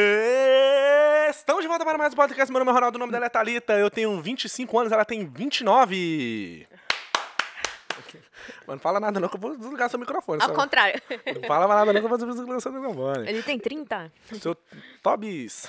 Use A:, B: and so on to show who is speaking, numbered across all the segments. A: E Estamos de volta para mais um podcast. Meu nome é Ronaldo, o nome dela é Thalita. Eu tenho 25 anos, ela tem 29. Mano, não fala nada não que eu vou desligar seu microfone.
B: Ao
A: sabe?
B: contrário.
A: Não fala mais nada não que eu vou desligar seu microfone.
B: Ele tem 30?
A: Seu Tobis.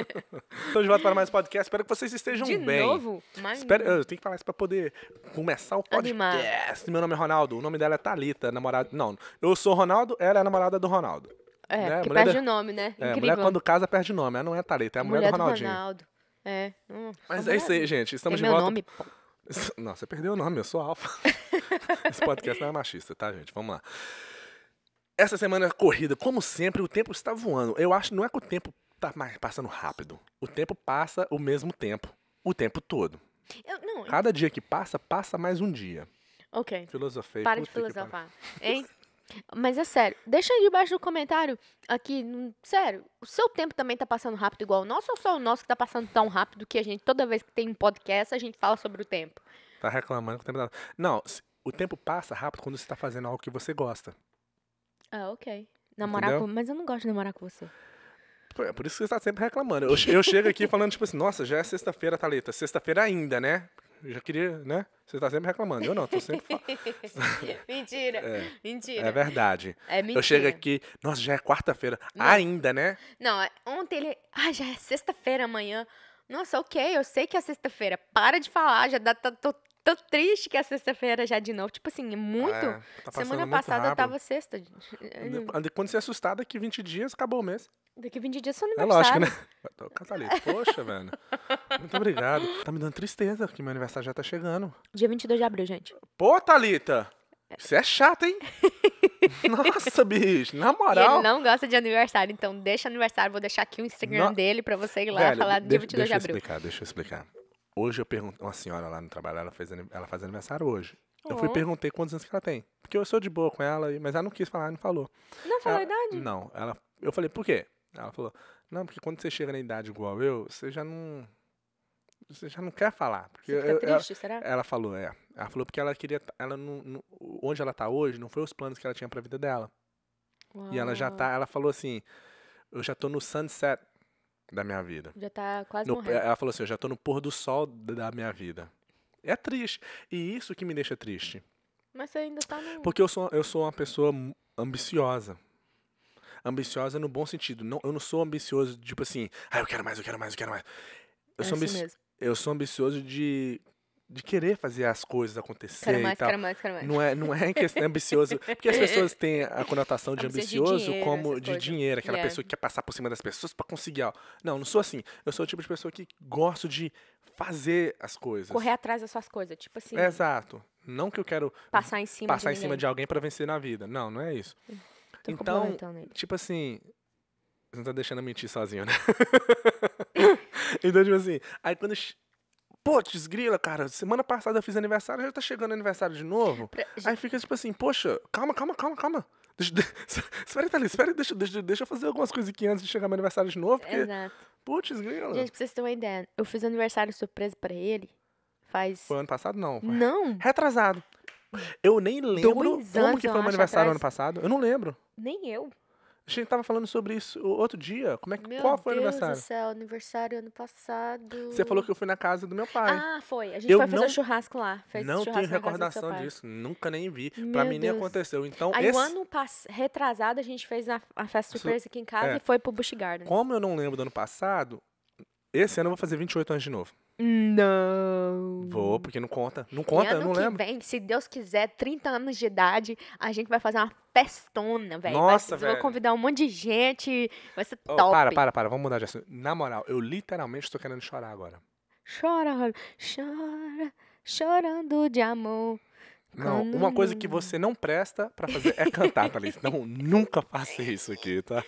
A: Estamos de volta para mais um podcast. Espero que vocês estejam
B: De
A: um bem.
B: novo? Mas...
A: Espero, eu tenho que falar isso pra poder começar o
B: Animar.
A: podcast. Meu nome é Ronaldo, o nome dela é Thalita, namorada... Não, eu sou Ronaldo, ela é a namorada do Ronaldo.
B: É,
A: né,
B: porque
A: mulher
B: perde
A: da-
B: o nome, né?
A: É,
B: Incrível.
A: mulher quando casa perde nome, ela não é a Thalita, é a mulher, do Ronaldinho.
B: Ronaldo. É. Hum,
A: Mas
B: sou
A: é isso aí,
B: maravilha.
A: gente. Estamos
B: Tem
A: de
B: meu
A: volta.
B: nome, pô.
A: Não, você perdeu o nome, eu sou alfa. Esse podcast não é machista, tá, gente? Vamos lá. Essa semana é corrida, como sempre, o tempo está voando. Eu acho não é que o tempo tá mais passando rápido. O tempo passa o mesmo tempo. O tempo todo.
B: Eu- não,
A: Cada dia que passa, passa mais um dia.
B: ok.
A: Filosofei.
B: Para de
A: puta que pariu.
B: filosofar. Hein? Mas é sério, deixa aí debaixo do comentário aqui, hum, sério, o seu tempo também tá passando rápido igual o nosso ou só o nosso que tá passando tão rápido que a gente, toda vez que tem um podcast, a gente fala sobre o tempo?
A: Tá reclamando que o tempo tá... Não, se- o tempo passa rápido quando você está fazendo algo que você gosta.
B: Ah, ok. Namorar
A: Entendeu?
B: com... Mas eu não gosto de namorar com você.
A: Pô, É por isso que você está sempre reclamando. Eu, che- eu chego aqui falando, tipo assim, nossa, já é sexta-feira, Thalita. Sexta-feira ainda, né? Eu já queria, né? Você está sempre reclamando. Eu não, tô sempre falando.
B: mentira, mentira.
A: É verdade.
B: É mentira.
A: Eu chego aqui, nossa, já é quarta-feira.
B: Não.
A: Ainda, né?
B: Não, é- ontem ele. Ah, já é sexta-feira amanhã. Nossa, ok, eu sei que é sexta-feira. Para de falar, já dá, tá- tô, tô triste que é sexta-feira já de novo. Tipo assim, é muito.
A: É, tá passando
B: Semana
A: muito
B: passada eu
A: rápido.
B: tava eh, sexta.
A: Quando- Quando você é assustado, daqui 20 dias acabou o mês.
B: Daqui 20 dias é seu
A: É lógico,
B: aniversário.
A: né? Ô, Catalita, poxa, velho. Muito obrigado. Tá me dando tristeza que meu aniversário já tá chegando.
B: Dia 22 de abril, gente.
A: Pô, Thalita! Você é chata, hein? Nossa, bicho, na
B: E ele
A: moral.
B: não gosta de aniversário, então deixa aniversário. Vou deixar aqui o Instagram
A: No-
B: dele pra você ir lá
A: Velho,
B: falar
A: de-
B: dia 22 de
A: deixa
B: abril.
A: eu explicar, deixa eu explicar. Hoje eu perguntei, uma senhora lá no trabalho, ela, fez, ani- ela faz aniversário hoje. Eu fui
B: Oh.
A: e perguntei quantos anos que ela tem. Porque eu sou de boa com ela, e- mas ela não quis falar, não falou.
B: Não falou a
A: Ela-
B: idade?
A: Não, ela, eu falei, por quê? Ela falou, não, porque quando você chega na idade igual eu, você já não... Você já não quer falar. Porque
B: Você
A: eu-
B: fica
A: eu- ela,
B: triste, né? será?
A: ela falou, é. Ela falou porque ela queria... ta- Ela não, não- onde ela tá hoje não foi os planos que ela tinha pra vida dela. E ela já
B: Uau.
A: tá... Ela falou assim, eu já tô no sunset da minha vida.
B: Já tá quase
A: No-
B: morrendo.
A: ela falou assim: eu já tô no pôr do sol da da minha vida. É triste. E isso que me deixa triste.
B: Mas você ainda tá no.
A: Porque eu sou, eu sou uma pessoa mu- ambiciosa. Ambiciosa no bom sentido. Não, eu não sou ambicioso, tipo assim, ah, eu quero mais, eu quero mais, eu quero mais. Eu,
B: É
A: sou,
B: assim
A: ambici-
B: mesmo.
A: eu sou ambicioso de, de querer fazer as coisas acontecer
B: Quero
A: e
B: mais,
A: tal.
B: quero mais, quero mais.
A: Não é, não é em questão ambicioso. Porque as pessoas têm a conotação de
B: Ambicioso de
A: ambicioso
B: dinheiro,
A: como
B: essas
A: de
B: coisas.
A: dinheiro, aquela
B: Yeah.
A: pessoa que quer passar por cima das pessoas pra conseguir algo. Não, não sou assim. Eu sou o tipo de pessoa que gosto de fazer as coisas.
B: Correr atrás das suas coisas. Tipo assim,
A: Exato. Não que eu quero
B: passar em cima
A: passar
B: de
A: em cima
B: ninguém. Hum.
A: de alguém pra vencer na vida. Não, não é isso.
B: Tô
A: então-
B: complementando ele.
A: Tipo assim. Você não tá deixando eu mentir sozinho, né? então, tipo assim, aí quando. eu che- Pô, desgrila, cara. Semana passada eu fiz aniversário, já tá chegando aniversário de novo.
B: Pra-
A: Aí fica tipo assim, poxa, calma, calma, calma, calma. Deixa, de, espera aí, Thalita, espera aí, deixa, deixa, deixa eu fazer algumas coisas aqui antes de chegar meu aniversário de novo, porque,
B: é, Exato.
A: putz, grila.
B: Gente, pra vocês terem uma ideia, eu fiz aniversário surpresa pra ele faz.
A: Foi ano passado, não. foi
B: Não,
A: Retrasado. Eu nem lembro
B: Dois
A: como
B: anos,
A: que
B: eu
A: foi meu
B: acho,
A: aniversário
B: atrás.
A: ano passado. Eu não lembro.
B: nem eu.
A: A gente tava falando sobre isso o outro dia. Como é, que-
B: Meu
A: qual foi o
B: Deus
A: aniversário?
B: do céu, aniversário ano passado.
A: Você falou que eu fui na casa do meu pai.
B: Ah, foi. A gente
A: Eu
B: foi fazer
A: não-
B: o churrasco lá. Fez
A: não
B: churrasco
A: tenho
B: na casa do seu
A: recordação
B: pai.
A: disso. Nunca nem vi. pra
B: Meu
A: mim nem
B: Deus.
A: aconteceu. Então,
B: Aí
A: esse,
B: o ano pass... retrasado a gente fez a, a festa
A: Su-
B: surpresa aqui em casa
A: é.
B: e foi pro Busch Garden.
A: como eu não lembro do ano passado, esse ano eu vou fazer 28 anos de novo.
B: Não.
A: Vou, porque não conta. Não
B: Hum. e
A: conta, eu
B: ano
A: não
B: que
A: lembro.
B: vem, se Deus quiser, 30 anos de idade, a gente vai fazer uma festona, velho. Vai-
A: Nossa,
B: Vou
A: velho.
B: convidar um monte de gente, vai ser
A: Ô,
B: top.
A: para, para, para, vamos mudar de assunto. Na moral, eu literalmente tô querendo chorar agora.
B: Chora, Raul, chora, chorando de amor.
A: Não,
B: Quando
A: uma coisa que você não presta pra fazer é cantar, Thalita. Não, nunca faça isso aqui, tá?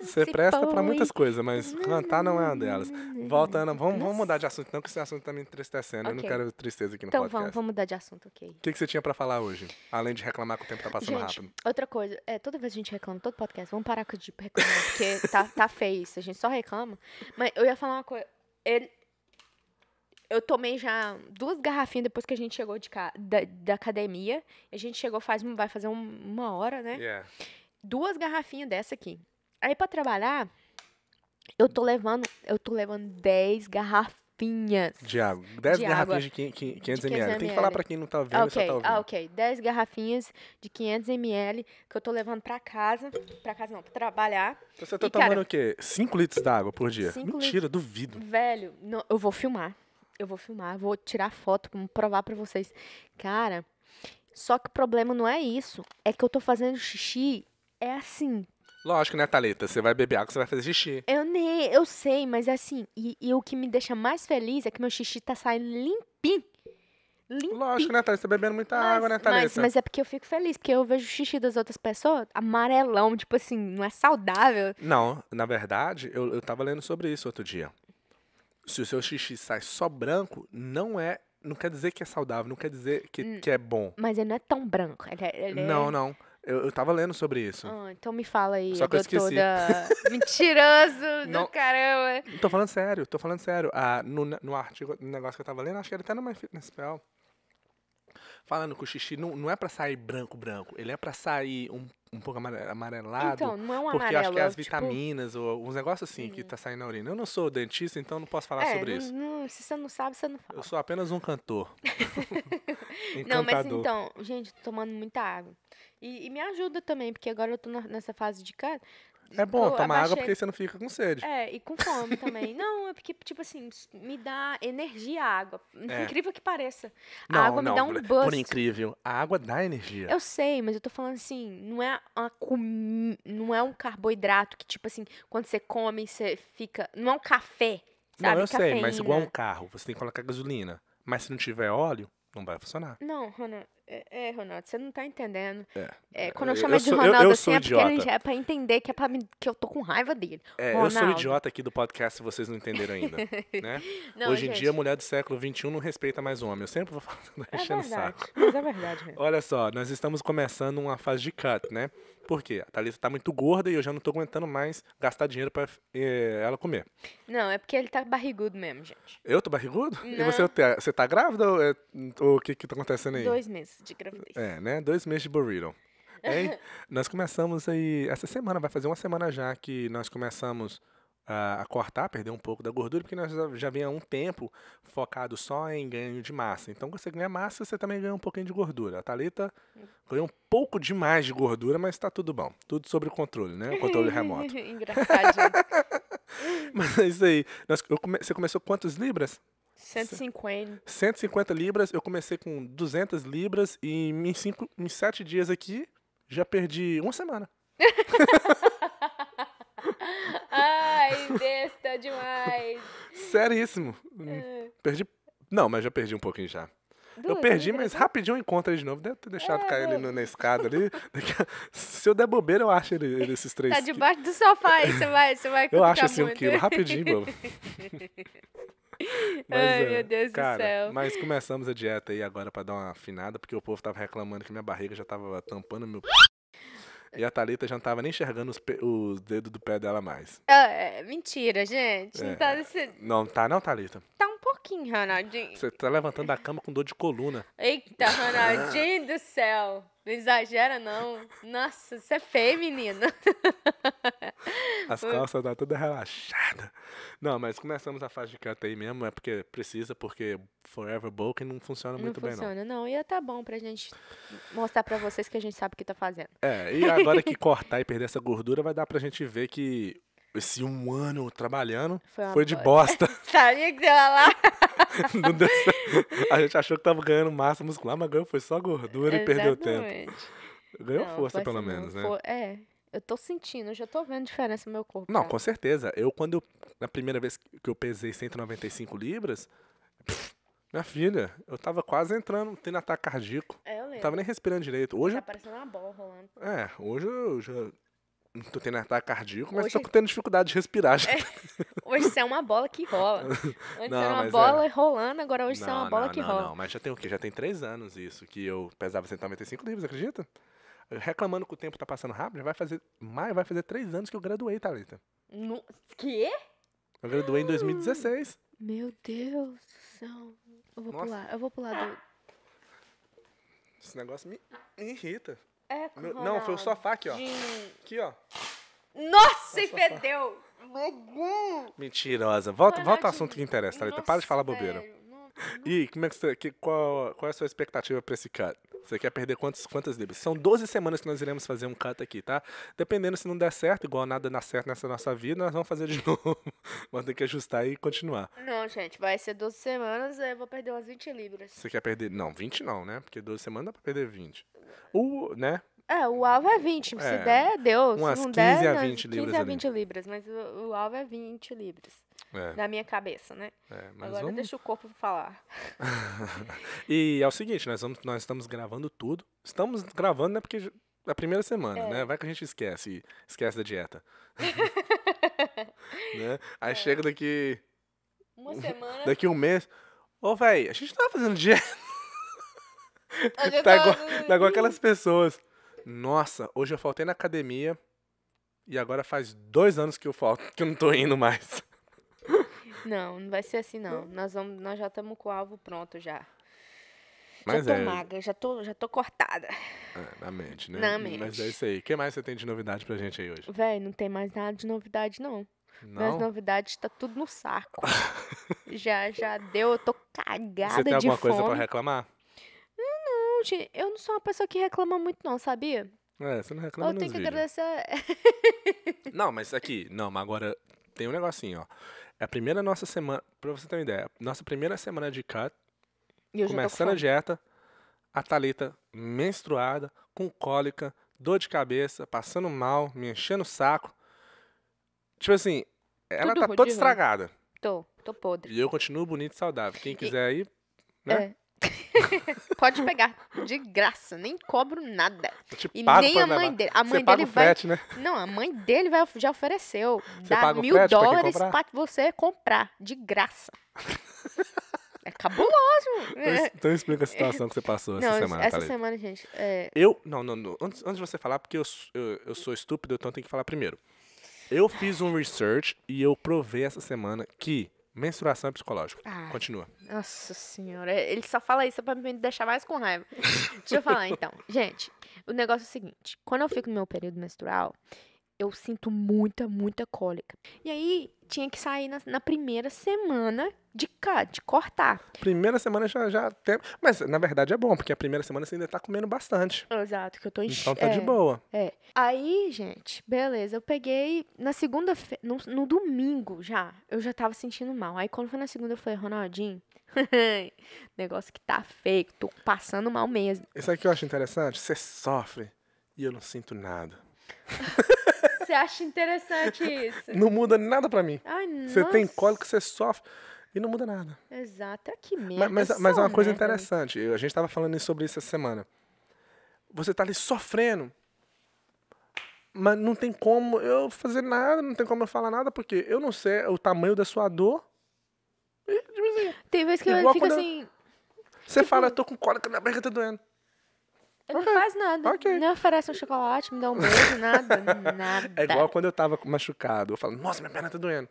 A: Você
B: se
A: presta pra
B: foi.
A: muitas coisas, mas cantar não é uma delas. Volta, Ana, vamos, vamos mudar de assunto, não, que esse assunto tá me entristecendo. Eu não
B: Ok.
A: quero tristeza aqui no
B: Então
A: podcast.
B: vamos, vamos mudar de assunto, ok.
A: O que, que você tinha pra falar hoje? Além de reclamar que o tempo tá passando
B: Gente,
A: rápido.
B: outra coisa, é, toda vez a gente reclama, todo podcast, vamos parar com- tipo de reclamar, porque tá, tá feio isso, a gente só reclama. Mas eu ia falar uma coisa, ele- eu tomei já duas garrafinhas depois que a gente chegou de ca- da, da
A: É.
B: academia, a gente chegou faz, um- vai fazer um- uma hora, né?
A: Yeah.
B: Duas garrafinhas dessa aqui. Aí pra trabalhar, eu tô levando, eu tô levando 10 garrafinhas.
A: Diago, 10
B: é De água.
A: garrafinhas de 500 ml. Tem que
B: 500
A: falar
B: ml.
A: pra quem não tá vendo e só
B: Ok,
A: tá ouvindo.
B: ah, ok. 10 garrafinhas de 500ml que eu tô levando pra casa. Pra casa não, pra trabalhar.
A: Então você tá
B: E,
A: tomando
B: cara,
A: o quê? 5 litros d'água por dia?
B: cinco
A: Mentira, duvido.
B: Velho, não, eu vou filmar. Eu vou filmar, vou tirar foto, pra provar pra vocês. Cara, só que o problema não é isso. É que eu tô fazendo xixi, é assim.
A: Lógico, né, Thalita? Você vai beber água, você vai fazer xixi.
B: Eu nem, eu sei, mas é assim. E, e o que me deixa mais feliz é que meu xixi tá saindo limpinho. Limpinho.
A: Lógico, né, Thalita? Você tá bebendo muita água, né, Thalita?
B: mas, mas é porque eu fico feliz, porque eu vejo o xixi das outras pessoas amarelão, tipo assim, não é saudável.
A: Não, na verdade, eu, eu tava lendo sobre isso outro dia. Se o seu xixi sai só branco, não é. Não quer dizer que é saudável, não quer dizer que, que é bom.
B: Mas ele não é tão branco. Ele é, ele é-
A: Não, não. Eu, eu tava lendo sobre isso.
B: Ah, então me fala aí,
A: Só que eu
B: doutor
A: esqueci.
B: da- Mentiroso
A: Não.
B: do caramba.
A: Tô falando sério, tô falando sério. Ah, no, no artigo, no negócio que eu tava lendo, acho que era até no My Fitness Pal. Falando que o xixi não, não é pra sair branco, branco. Ele é pra sair um, um pouco amare- amarelado.
B: Então, não é um
A: porque
B: amarelo.
A: acho que é
B: é
A: as
B: o tipo-
A: vitaminas ou uns negócios assim que tá saindo na urina. Eu não sou dentista, então não posso falar
B: É,
A: sobre
B: não-
A: isso.
B: não- se você não sabe, você não fala.
A: Eu sou apenas um cantor.
B: Não, mas
A: Encantador.
B: então, gente, tô tomando muita água. E, e me ajuda também, porque agora eu tô na- nessa fase de casa.
A: é bom
B: então, eu
A: tomar água
B: abaixei.
A: porque você não fica com sede.
B: É, e com fome também. Não, é porque, tipo assim, s- me dá energia a água.
A: É.
B: Incrível que pareça. A
A: Não,
B: água
A: não,
B: me dá um
A: por-
B: boost.
A: Por incrível, a água dá energia.
B: Eu sei, mas eu tô falando assim, não é uma comi... não é um carboidrato que, tipo assim, quando você come, você fica. Não é um café. Sabe?
A: não, eu sei, mas igual um
B: Cafeína.
A: carro, você tem que colocar gasolina. Mas se não tiver óleo, não vai funcionar.
B: Não, Ronaldo. É, é, Ronaldo, você não tá entendendo.
A: É.
B: É, quando eu
A: Eu-
B: chamo
A: eu
B: ele de
A: sou- eu-
B: Ronaldo
A: eu
B: assim,
A: sou
B: é porque ele
A: idiota.
B: já é pra entender que é pra mim, que eu tô com raiva dele.
A: É, eu sou o
B: Ronaldo.
A: idiota aqui do podcast se vocês não entenderam ainda. né?
B: Não,
A: Hoje em
B: gente,
A: dia, a mulher do século XXI não respeita mais homem. Eu sempre vou falando,
B: É
A: enchendo o
B: verdade,
A: saco.
B: mas é verdade. né?
A: Olha só, nós estamos começando uma fase de cut, né? Por quê? A Thalita tá muito gorda e eu já não tô aguentando mais gastar dinheiro pra eh, ela comer.
B: Não, é porque ele tá barrigudo mesmo, gente.
A: Eu tô barrigudo? E
B: Não.
A: você, tá- você tá grávida ou é- ou o que que tá acontecendo aí?
B: Dois meses de gravidez.
A: É, né? Dois meses de burrito. É, Hein? nós começamos aí, essa semana, vai fazer uma semana já que nós começamos a, a cortar, perder um pouco da gordura, porque nós já, já vinha há um tempo focado só em ganho de massa. Então, quando você ganha massa, você também ganha um pouquinho de gordura. A Thalita ganhou um pouco demais de gordura, mas tá tudo bom. Tudo sobre controle, né? O controle remoto.
B: Engraçadinho.
A: mas é isso aí. Nós- eu come- você começou quantas libras?
B: 150.
A: 150 libras, eu comecei com 200 libras e em, cinco, em sete dias aqui já perdi uma semana.
B: Ai, besta demais.
A: Seríssimo. Perdi. Não, mas já perdi um pouquinho já. eu
B: É. Duas né? É,
A: perdi,
B: libras,
A: mas rapidinho eu encontro ele de novo. Deve ter deixado cair ele no- na escada ali. Daqui a- Se eu der bobeira, eu acho ele, ele esses três.
B: Tá
A: qui-
B: debaixo do sofá aí, você vai, você vai
A: eu acho
B: cutucar
A: assim um
B: muito.
A: quilo, rapidinho, bobo.
B: Ai,
A: é,
B: meu Deus do
A: cara,
B: céu.
A: Mas começamos a dieta aí agora pra dar uma afinada, porque o povo tava reclamando que minha barriga já tava tampando meu. p***. E a Thalita já não tava nem enxergando os, pe- os dedos do pé dela mais.
B: Ah, é, mentira, gente. Não tá, desse-
A: Não, tá não, Thalita.
B: tá um pouquinho, Ronaldinho.
A: Você tá levantando da cama com dor de coluna.
B: Eita, Ronaldinho do céu. Não exagera, não. Nossa, você é feio, menino.
A: Tá As calças tá toda relaxada. Não, mas começamos a fase de cut aí mesmo, é porque precisa, porque Forever Bulking não funciona muito
B: não
A: bem, não.
B: funciona, não. E tá bom pra gente mostrar pra vocês que a gente sabe o que tá fazendo.
A: É, e agora que cortar e perder essa gordura, vai dar pra gente ver que esse um ano trabalhando
B: Foi uma
A: foi de
B: bo-
A: bosta.
B: Sabia que você ia lá.
A: Não deu certo. A gente achou que tava ganhando massa muscular, mas ganhou foi só gordura e perdeu tempo.
B: Exatamente.
A: Ganhou
B: Não,
A: força,
B: força
A: pelo
B: não,
A: menos, né?
B: for- É, eu tô sentindo, eu já tô vendo diferença no meu corpo. então.
A: Não,
B: já.
A: com certeza. Eu, quando eu, na primeira vez que eu pesei 195 libras, pff, minha filha, eu tava quase entrando, tendo ataque cardíaco.
B: É, eu
A: Não
B: lembro.
A: tava nem respirando direito. Hoje,
B: Tá parecendo uma bola rolando.
A: eu- é, hoje eu já não tô tendo ataque cardíaco, mas
B: Hoje-
A: tô tendo dificuldade de respirar. já.
B: Hoje você é uma bola que rola. Antes
A: Não,
B: era uma
A: mas é.
B: bola rolando, agora hoje você é uma bola
A: não,
B: que
A: não,
B: rola.
A: não. Mas já tem o quê? Já tem três anos isso, que eu pesava 195 libras, acredita? Reclamando que o tempo tá passando rápido, já vai fazer, maio vai fazer três anos que eu graduei, Thalita.
B: No... Quê?
A: Eu graduei em 2016.
B: Meu Deus do céu. Eu vou
A: Nossa.
B: pular, eu vou pular do...
A: Esse negócio me, me irrita.
B: É,
A: Meu- não, foi o
B: Ronaldo.
A: sofá aqui, ó.
B: Gente,
A: Aqui, ó.
B: Nossa, e fedeu! Gugu!
A: Mentirosa. Volta,
B: Mano,
A: volta
B: eu
A: ao assunto
B: te-
A: que interessa, Thalita.
B: Nossa,
A: Para de falar bobeira.
B: velho, não-
A: E como é que você, que- qual, qual é a sua expectativa pra esse cut? Você quer perder quantos, quantas libras? São 12 semanas que nós iremos fazer um cut aqui, tá? Dependendo se não der certo, igual nada dá certo nessa nossa vida, nós vamos fazer de novo. Vamos ter que ajustar e continuar.
B: Não, gente, vai ser 12 semanas, aí eu vou perder umas 20 libras.
A: Você quer perder. Não, 20 não, né? Porque 12 semanas dá pra perder 20. O, né?
B: É, o alvo é 20. Se
A: É,
B: der, deu.
A: umas
B: Se não der,
A: 15 a
B: não,
A: 20 libras
B: 15 a
A: ali.
B: 20 libras, mas o, o alvo é 20 libras.
A: É,
B: Na minha cabeça, né?
A: é, mas
B: Agora
A: vamos.
B: deixa o corpo falar.
A: E é o seguinte, nós, vamos, nós estamos gravando tudo. Estamos gravando, né? Porque j- a primeira semana,
B: É.
A: né? Vai que a gente esquece. e Esquece da dieta. né? Aí chega daqui,
B: Uma semana.
A: daqui um mês. Ô, véi, a gente tava fazendo dieta.
B: eu
A: Tá
B: já tava
A: igual,
B: doendo.
A: tá igual aquelas pessoas. Nossa, hoje eu faltei na academia. E agora faz dois anos que eu falto, que eu não tô indo mais.
B: Não, não vai ser assim, não. Nós, vamos, nós já estamos com o alvo pronto já.
A: Mas
B: já tô
A: é,
B: magra, já tô, já tô cortada.
A: é, na mente, né?
B: Na
A: Mas
B: mente.
A: é isso aí. O que mais você tem de novidade pra gente aí hoje?
B: Véi, não tem mais nada de novidade, não. Minhas
A: Não?
B: novidades tá tudo no saco. já, já deu, eu tô cagada
A: Você tem
B: de
A: alguma
B: fome.
A: coisa pra reclamar?
B: Não, gente, eu não sou uma pessoa que reclama muito, não, sabia?
A: É, você não reclama
B: eu
A: nos
B: tenho que
A: vídeos.
B: agradecer. a-
A: Não, mas aqui, não, mas agora tem um negocinho, ó. É a primeira nossa semana, pra você ter uma ideia, nossa primeira semana de cut,
B: E eu já tô com
A: começando a
B: fome.
A: dieta, a Thalita menstruada, com cólica, dor de cabeça, passando mal, me enchendo o saco. Tipo assim, ela
B: Tudo né?
A: tá
B: ruim,
A: toda
B: de ruim.
A: estragada.
B: Tô, tô podre.
A: E eu continuo bonito e saudável. Quem quiser aí, né?
B: É. Pode pegar, de graça, nem cobro nada.
A: eu te
B: E
A: pago
B: nem
A: pra
B: a mãe
A: levar.
B: dele. A mãe
A: Você paga
B: dele
A: o
B: vai.
A: frete, né?
B: Não, a mãe dele vai, já ofereceu.
A: Você
B: dá
A: paga o
B: mil
A: frete pra quem
B: dólares
A: comprar?
B: pra você comprar, de graça. É cabuloso. né?
A: Então, es- então explica a situação que você passou
B: não,
A: essa semana, tá,
B: essa
A: Thalita.
B: semana, gente, é,
A: Eu. Não, não, não. Antes, antes de você falar, porque eu, s- eu, eu sou estúpido, então eu tenho que falar primeiro. Eu fiz um research e eu provei essa semana que menstruação é psicológica.
B: Ah.
A: Continua.
B: Nossa senhora, é, ele só fala isso pra me deixar mais com raiva. Deixa eu falar então. Gente, o negócio é o seguinte: quando eu fico no meu período menstrual, eu sinto muita, muita cólica. E aí tinha que sair na, na primeira semana de cut, de cortar.
A: Primeira semana já, já tem. Mas na verdade é bom, porque a primeira semana você ainda tá comendo bastante.
B: Exato, que eu tô enche-
A: Então tá de
B: é.
A: boa.
B: Aí, gente, beleza, eu peguei na segunda-feira, no, no domingo já, eu já tava sentindo mal. Aí quando foi na segunda, eu falei, Ronaldinho, negócio que tá feio, tô passando mal mesmo.
A: Isso aqui eu acho interessante. Você sofre e eu não sinto nada.
B: Você acha interessante isso?
A: Não muda nada pra mim.
B: Ai,
A: Você tem
B: nossa.
A: cólico, você sofre e não muda nada.
B: Exato, é né? que merda.
A: Ma- Mas,
B: eu
A: mas, é
B: sou
A: uma coisa
B: merda.
A: interessante, eu- a gente tava falando isso sobre isso essa semana. Você tá ali sofrendo, mas não tem como eu fazer nada, não tem como eu falar nada, porque eu não sei o tamanho da sua dor. E, tipo assim,
B: Tem vezes que eu
A: Igual
B: fico
A: quando eu-
B: assim,
A: Você fala, eu tô com cólica, minha barriga tá doendo.
B: eu não faz nada.
A: ok.
B: Não oferece um chocolate, me dá um beijo, nada, nada.
A: É igual quando eu tava machucado, eu falo, nossa, minha perna tá doendo.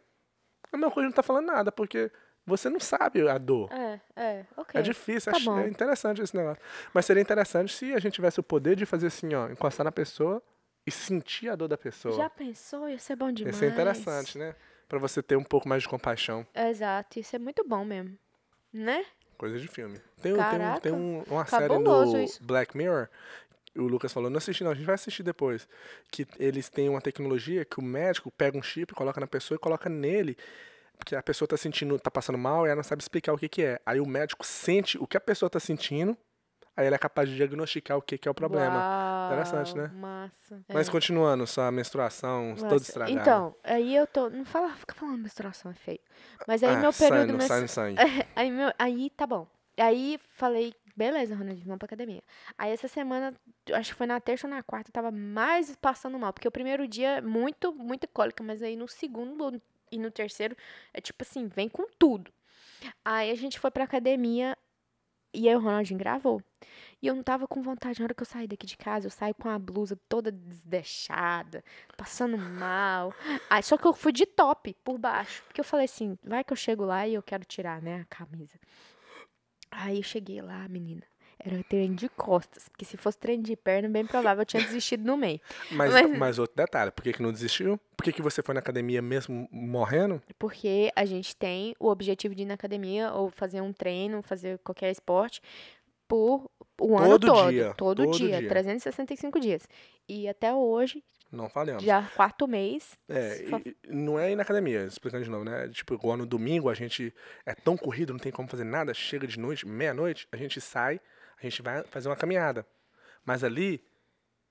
A: A mesma coisa não tá falando nada, porque você não sabe a dor.
B: É, é, ok.
A: É difícil,
B: Tá
A: acho, é
B: bom.
A: interessante esse negócio. Mas seria interessante se a gente tivesse o poder de fazer assim, ó, encostar na pessoa e sentir a dor da pessoa.
B: Já pensou? Ia ser bom demais.
A: Isso é interessante, né? Pra você ter um pouco mais de compaixão.
B: Exato, isso é muito bom mesmo. Né?
A: Coisa de filme. Tem, um- tem um-
B: Caraca,
A: tem um- uma série
B: cabuloso
A: no
B: isso.
A: Black Mirror. O Lucas falou, não assisti não, a gente vai assistir depois. Que eles têm uma tecnologia que o médico pega um chip, coloca na pessoa e coloca nele. Porque a pessoa tá sentindo, tá passando mal e ela não sabe explicar o que que é. Aí o médico sente o que a pessoa tá sentindo, aí ele é capaz de diagnosticar o que que é o problema. Interessante,
B: Uau,
A: né?
B: Massa.
A: Mas tá
B: é.
A: continuando, sua menstruação
B: Nossa,
A: toda estragada.
B: Então, aí eu tô. Não fala, fica falando menstruação, é feio. Mas aí
A: ah,
B: meu
A: sangue,
B: período
A: não
B: menstrual.
A: sai no sangue.
B: Aí, meu, aí tá bom. Aí falei, beleza, Ronaldinho, vamos pra academia. Aí essa semana, acho que foi na terça ou na quarta, eu tava mais passando mal. Porque o primeiro dia, é muito, muito cólica, mas aí no segundo e no terceiro, é tipo assim, vem com tudo. Aí a gente foi pra academia e aí o Ronaldinho gravou. E eu não tava com vontade, na hora que eu saí daqui de casa, eu saio com a blusa toda desdeixada, passando mal. Aí, Ah, só que eu fui de top por baixo. Porque eu falei assim, vai que eu chego lá e eu quero tirar, né, a camisa. Aí eu cheguei lá, menina. Era treino de costas. Porque se fosse treino de perna, bem provável eu tinha desistido no meio.
A: Mas,
B: Mas-
A: mas outro detalhe, por que, que não desistiu? Por que, que você foi na academia mesmo morrendo?
B: Porque a gente tem o objetivo de ir na academia ou fazer um treino, fazer qualquer esporte por o ano
A: Todo
B: todo.
A: dia,
B: todo
A: todo
B: dia,
A: dia.
B: 365 dias. E até hoje,
A: Não falhamos.
B: já quarto mês,
A: É,
B: só-
A: e- e não é ir na academia, explicando de novo, né? Tipo, igual no domingo a gente é tão corrido, não tem como fazer nada, chega de noite, meia-noite, a gente sai, a gente vai fazer uma caminhada. Mas ali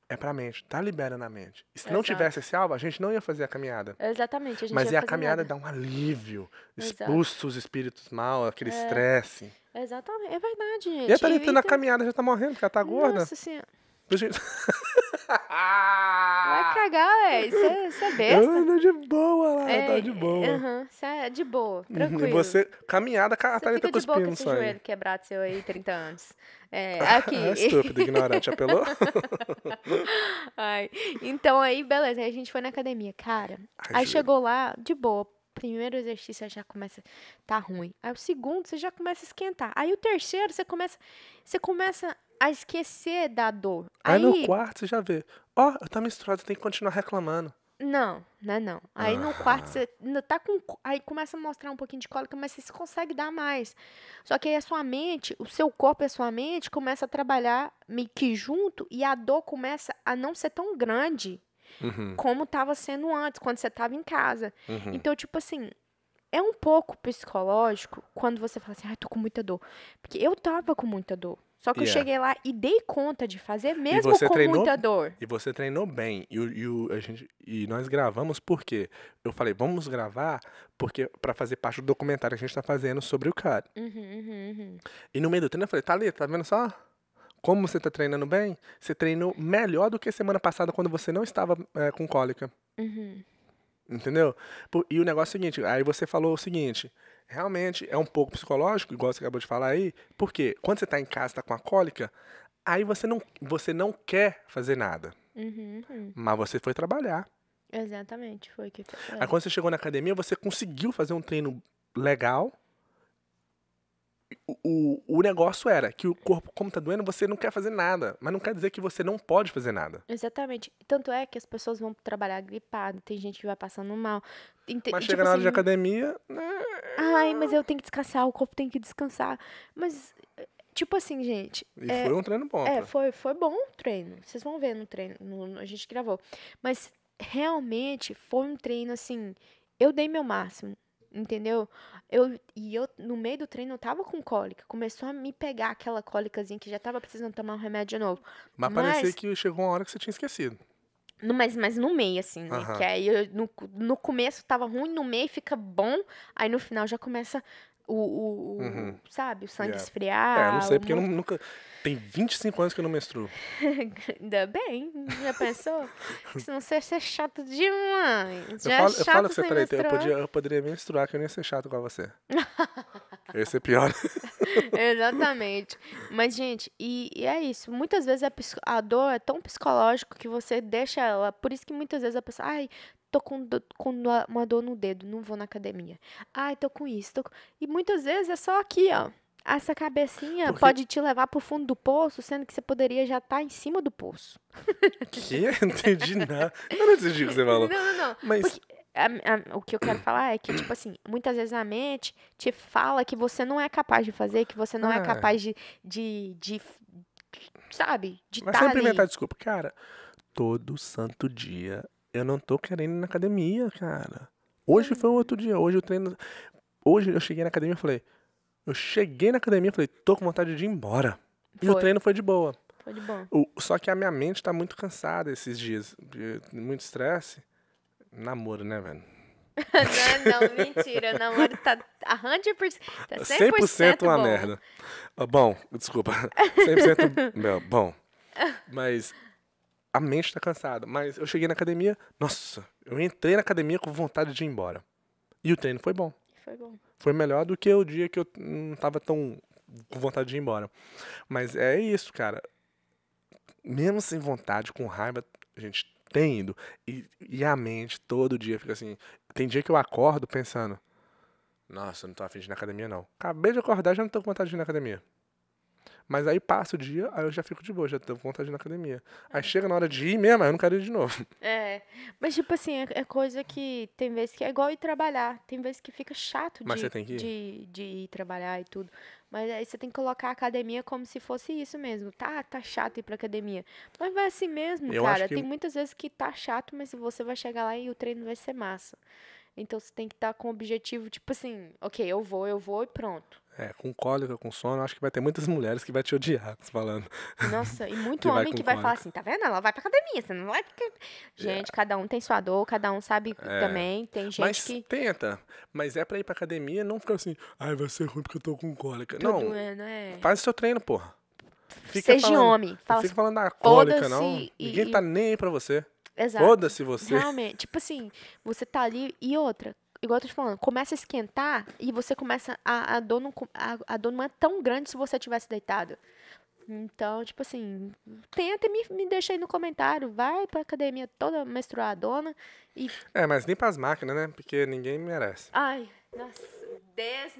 A: é pra mente, tá liberando a mente. E se não
B: Exato.
A: tivesse esse alvo, a gente não ia fazer a caminhada.
B: exatamente, a gente
A: Mas
B: ia
A: e a
B: fazer
A: caminhada
B: nada.
A: dá um alívio,
B: Exato.
A: expulsa os espíritos mal, aquele estresse.
B: Exatamente, é verdade, gente.
A: E a Thalita na
B: tem-
A: caminhada já tá morrendo, porque ela tá gorda.
B: Nossa senhora.
A: Do jeito- Ah.
B: Vai cagar, velho. Você é besta.
A: Anda tá de boa lá,
B: É,
A: tá de boa.
B: Aham, cê é de boa,
A: Uhum,
B: tranquilo.
A: E você, Ah, caminhada, a
B: Você
A: Thalita
B: fica de boa com
A: tá cuspindo
B: esse
A: sangue.
B: joelho quebrado seu aí, 30 anos. É, aqui.
A: É estúpido, ignorante, apelou?
B: Ai, então aí, beleza, aí a gente foi na academia, cara.
A: Ai,
B: Aí
A: juro.
B: chegou lá, de boa. Primeiro exercício aí já começa tá ruim. Aí o segundo você já começa a esquentar. Aí o terceiro você começa você começa a esquecer da dor.
A: Aí
B: Aí,
A: no quarto você já vê. Ó, eu tô menstruada, tem que continuar reclamando.
B: não, não é não. Aí no
A: Ah.
B: quarto você ainda tá com có- aí começa a mostrar um pouquinho de cólica, mas você consegue dar mais. Só que aí a sua mente, o seu corpo e a sua mente começa a trabalhar meio que junto e a dor começa a não ser tão grande.
A: Uhum,
B: como tava sendo antes, quando você tava em casa.
A: uhum.
B: Então, tipo assim, é um pouco psicológico quando você fala assim, ai, tô com muita dor. Porque eu tava com muita dor. Só que eu
A: Yeah.
B: cheguei lá e dei conta de fazer mesmo
A: você
B: com
A: treinou?
B: muita dor.
A: E você treinou bem. E, o- e o- a gente, e nós gravamos por quê? Eu falei, vamos gravar porque pra fazer parte do documentário que a gente tá fazendo sobre o cara.
B: Uhum, uhum, uhum.
A: E no meio do treino eu falei, Thalita, tá vendo só? Como você tá treinando bem? Você treinou melhor do que semana passada quando você não estava eh, com cólica.
B: uhum.
A: Entendeu? Pô, E o negócio é o seguinte, aí você falou o seguinte, realmente é um pouco psicológico, igual você acabou de falar aí, porque quando você tá em casa, tá com a cólica, aí você não, você não quer fazer nada,
B: Uhum, uhum.
A: mas você foi trabalhar.
B: Exatamente, foi o que foi.
A: Aí quando você chegou na academia, você conseguiu fazer um treino legal. O, o, o negócio era que o corpo, como tá doendo, você não quer fazer nada, mas não quer dizer que você não pode fazer nada.
B: Exatamente. Tanto é que as pessoas vão trabalhar gripado, tem gente que vai passando mal. Ente-
A: Mas
B: tipo
A: chega na hora de
B: assim,
A: academia, né?
B: Ai, mas eu tenho que descansar, o corpo tem que descansar. Mas, eh, tipo assim, gente,
A: E
B: É,
A: foi um treino bom.
B: É,
A: tá?
B: foi, foi bom o treino. Vocês vão ver no treino, no- no- a gente gravou. Mas realmente foi um treino assim, eu dei meu máximo, entendeu? Eu e eu no meio do treino eu tava com cólica, começou a me pegar aquela cólicazinha que já tava precisando tomar um remédio de novo.
A: mas,
B: mas-
A: parecia que chegou uma hora que você tinha esquecido.
B: No, mas, mas no meio, assim, né?
A: Aham.
B: Que aí eu- no, no começo tava ruim, no meio fica bom, aí no final já começa o, o- o-
A: Uhum.
B: sabe, o sangue
A: Yeah.
B: esfriar.
A: É, não sei,
B: o
A: porque eu nu- nunca. Tem 25 anos que eu não menstruo.
B: Ainda bem, já pensou? Que Senão você ia ser chato demais.
A: eu falo,
B: Já é
A: eu
B: chato
A: falo que você,
B: sem
A: Thalita, eu,
B: menstruar.
A: podia, eu poderia menstruar, que eu não ia ser chato igual você. eu ia ser pior.
B: Exatamente. Mas, gente, e, e é isso. Muitas vezes a, psico- a dor é tão psicológico que você deixa ela. Por isso que muitas vezes a pessoa. Ai, tô com, do- com do- uma dor no dedo, não vou na academia. Ai, tô com isso. Tô com... E muitas vezes é só aqui, ó. Essa cabecinha
A: Porque-
B: pode te levar pro fundo do poço, sendo que você poderia já estar em cima do poço.
A: que? Eu não entendi nada. Eu não entendi o que Tipo, você
B: Não,
A: falou.
B: não, não.
A: Mas.
B: Porque- a- a- o que eu quero falar é que, tipo assim, muitas vezes a mente te fala que você não é capaz de fazer, que você não é
A: Ah.
B: capaz de, de, de, sabe? De
A: Mas
B: tá
A: sempre
B: ali.
A: inventar desculpa. Cara, todo santo dia eu não tô querendo ir na academia, cara. Hoje foi um outro dia. Hoje eu treino. Hoje eu cheguei na academia e falei. Eu cheguei na academia e falei, tô com vontade de ir embora. E o
B: Foi.
A: treino foi de boa.
B: Foi de bom.
A: O- só que a minha mente tá muito cansada esses dias. de Muito estresse. Namoro, né, velho?
B: não, não, mentira. Não, ele tá a 100%, tá 100%,
A: 100% uma
B: bom.
A: merda. Ah, Bom, desculpa. 100% meu, bom. Mas a mente tá cansada. Mas eu cheguei na academia, nossa, eu entrei na academia com vontade de ir embora. E o treino foi bom.
B: Foi bom.
A: Foi melhor do que o dia que eu não tava tão com vontade de ir embora. Mas é isso, cara. Mesmo sem vontade, com raiva, a gente tem ido. E, e a mente todo dia fica assim. Tem dia que eu acordo pensando: Nossa, eu não tô afim de ir na academia, não. Acabei de acordar já não tô com vontade de ir na academia. Mas aí passa o dia, aí eu já fico de boa, já tenho vontade de ir na academia. Aí chega na hora de ir mesmo, aí eu não quero ir de novo.
B: É. Mas, tipo assim, é, é coisa que tem vezes que é igual ir trabalhar. Tem vezes que fica chato
A: Mas
B: de,
A: você tem que ir?
B: de, de ir trabalhar e tudo. Mas aí você tem que colocar a academia como se fosse isso mesmo. Tá, tá chato ir pra academia. Mas vai assim mesmo,
A: Eu acho
B: cara.
A: que-
B: Tem muitas vezes que tá chato, mas você vai chegar lá e o treino vai ser massa. Então você tem que estar com o objetivo, tipo assim, ok, eu vou, eu vou e pronto.
A: É, com cólica, com sono, acho que vai ter muitas mulheres que vai te odiar falando.
B: Nossa, e muito
A: Que vai É.
B: homem
A: com
B: que vai falar
A: cólica.
B: assim, tá vendo? Ela vai pra academia, você não vai porque. Gente, cada um tem sua dor, cada um sabe também. Tem gente
A: É. mas
B: que.
A: tenta. Mas é pra ir pra academia, não fica assim, ai, vai ser ruim porque eu tô com cólica.
B: Tô
A: não,
B: doendo, é.
A: faz o seu treino, porra. Fica
B: Seja
A: falando,
B: homem.
A: Não
B: Fala
A: fica
B: assim,
A: falando da cólica,
B: "Foda-se",
A: não.
B: e-
A: Ninguém
B: e-
A: tá nem aí pra você.
B: exato.
A: Foda-se você.
B: Realmente. Tipo assim, você tá ali e outra. Igual eu tô te falando, começa a esquentar e você começa. A, a, dor não, co- a, a dor não é tão grande se você tivesse deitado. Então, tipo assim, tenta e me, me deixa aí no comentário. Vai pra academia toda menstruadona e.
A: É, mas nem pras máquinas, né? Porque ninguém merece.
B: Ai, nossa,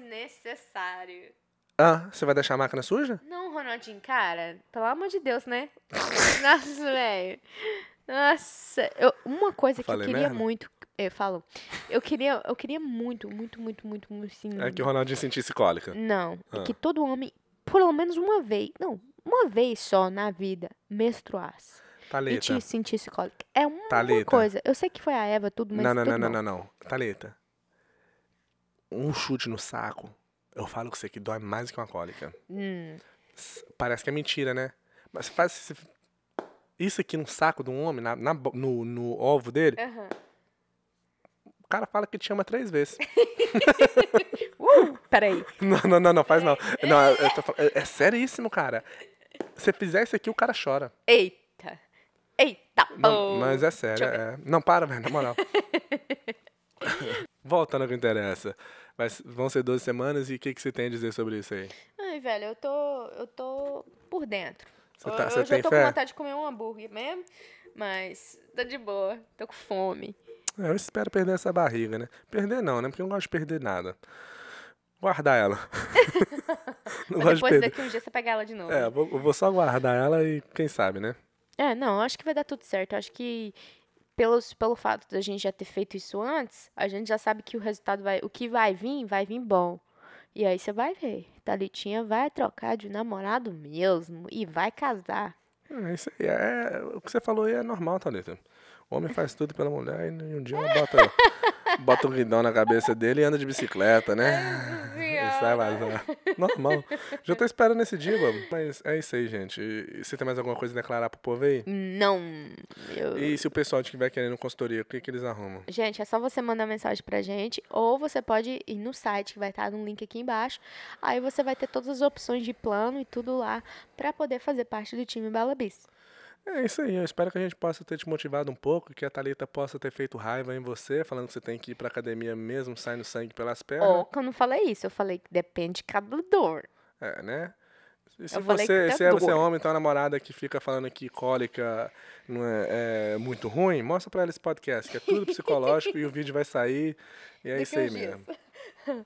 B: desnecessário.
A: Ah, você vai deixar a máquina suja?
B: Não, Ronaldinho, cara, pelo amor de Deus, né? Nossa, velho. Nossa, eu- uma coisa que eu
A: Falei
B: queria
A: merda?
B: muito. Eu falo. Eu queria, eu queria muito, muito, muito, muito, muito, sim.
A: É que o Ronaldinho sentisse cólica.
B: Não, é
A: Ah.
B: que todo homem, pelo menos uma vez, não, uma vez só na vida, menstruasse. E
A: Thalita.
B: te sentisse cólica. É uma
A: Thalita.
B: coisa. Eu sei que foi a Eva, tudo, mas
A: Não, não,
B: tudo
A: não, não,
B: mal.
A: não, não. Thalita. Um chute no saco, eu falo com você que dói mais que uma cólica.
B: Hum,
A: S- Parece que é mentira, né? Mas faz. se- Isso aqui no saco de um homem, na, na bo- no, no ovo dele,
B: aham.
A: o cara fala que te ama três vezes.
B: Uh, peraí.
A: Não, não, não, não, faz não. Não, eu- eu tô falando- é, é seríssimo, cara. Se fizer isso aqui, o cara chora.
B: Eita. Eita.
A: Não,
B: oh.
A: mas é sério.
B: deixa
A: é. Não, para, velho, na moral. Voltando ao que interessa. Mas vão ser 12 semanas e o que, que você tem a dizer sobre isso aí?
B: Ai, velho, eu tô. Eu tô por dentro.
A: Você tá-
B: hoje
A: você
B: eu
A: tem
B: tô
A: fé?
B: com vontade de comer um hambúrguer mesmo, mas tô de boa, tô com fome.
A: É, Eu espero perder essa barriga, né? Perder não, né? Porque eu não gosto de perder nada. Guardar ela. não gosto de
B: Mas depois
A: perder.
B: daqui um dia você pega ela de novo.
A: É, eu vou, eu vou só guardar ela e quem sabe, né?
B: É, não, eu acho que vai dar tudo certo. Eu acho que pelos, pelo fato da gente já ter feito isso antes, a gente já sabe que o resultado vai. O que vai vir, vai vir bom. E aí você vai ver. Thalitinha vai trocar de namorado mesmo e vai casar.
A: É isso aí. É, o que você falou aí é normal, Thalita. O homem faz tudo pela mulher e um dia ela bota, bota um guidão na cabeça dele e anda de bicicleta,
B: É.
A: né? E sai vazar. né? Normal. Já tô esperando esse dia, mano. Mas é isso aí, gente. E você tem mais alguma coisa a declarar pro povo aí?
B: Não. Eu...
A: E se o pessoal estiver querendo consultoria, o que, que eles arrumam?
B: Gente, é só você mandar mensagem pra gente, ou você pode ir no site, que vai estar no link aqui embaixo. Aí você vai ter todas as opções de plano e tudo lá pra poder fazer parte do time Balabis.
A: É isso aí, eu espero que a gente possa ter te motivado um pouco, que a Thalita possa ter feito raiva em você, falando que você tem que ir pra academia mesmo, saindo sangue pelas pernas.
B: Ou que eu não falei isso, eu falei que depende de cada dor.
A: É, né? E Se
B: Eu falei que
A: você,
B: tem
A: se é você é
B: dor.
A: homem, então a namorada que fica falando que cólica não é, é muito ruim, mostra pra ela esse podcast, que é tudo psicológico e o vídeo vai sair. E é
B: Daqui
A: isso aí
B: uns dias.
A: mesmo.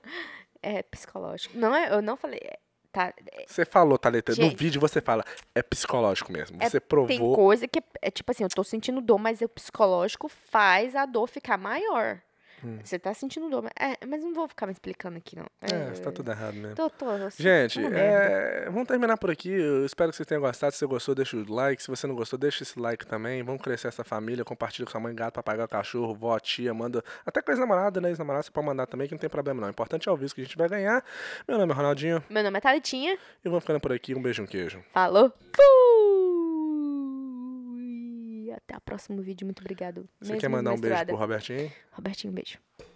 B: É psicológico. Não, é- eu não falei. é, Tá, é,
A: Você falou, Thalita, no
B: Gente.
A: vídeo você fala, é psicológico mesmo.
B: É,
A: Você
B: tem
A: provou.
B: coisa que é tipo assim, eu tô sentindo dor, mas o psicológico faz a dor ficar maior.
A: Hum.
B: Você tá sentindo dor, mas, é, mas não vou ficar me explicando aqui, não.
A: É, você tá tudo errado mesmo.
B: Tô, tô, eu sinto
A: Gente,
B: uma merda.
A: é, vamos terminar por aqui. Eu espero que vocês tenham gostado. Se você gostou, deixa o like. Se você não gostou, deixa esse like também. Vamos crescer essa família. Compartilha com sua mãe, gato, papagaio, cachorro, vó, tia. Manda até com ex-namorada, né? Ex-namorada você pode mandar também, que não tem problema não. O importante é o visto que a gente vai ganhar. Meu nome é Ronaldinho.
B: Meu nome é Thalitinha.
A: E vamos ficando por aqui. Um beijo, um queijo.
B: Falou. Fui. Até o próximo vídeo. Muito obrigado.
A: Você
B: Mesmo
A: quer mandar um beijo
B: menstruada.
A: pro Robertinho?
B: Robertinho, um beijo.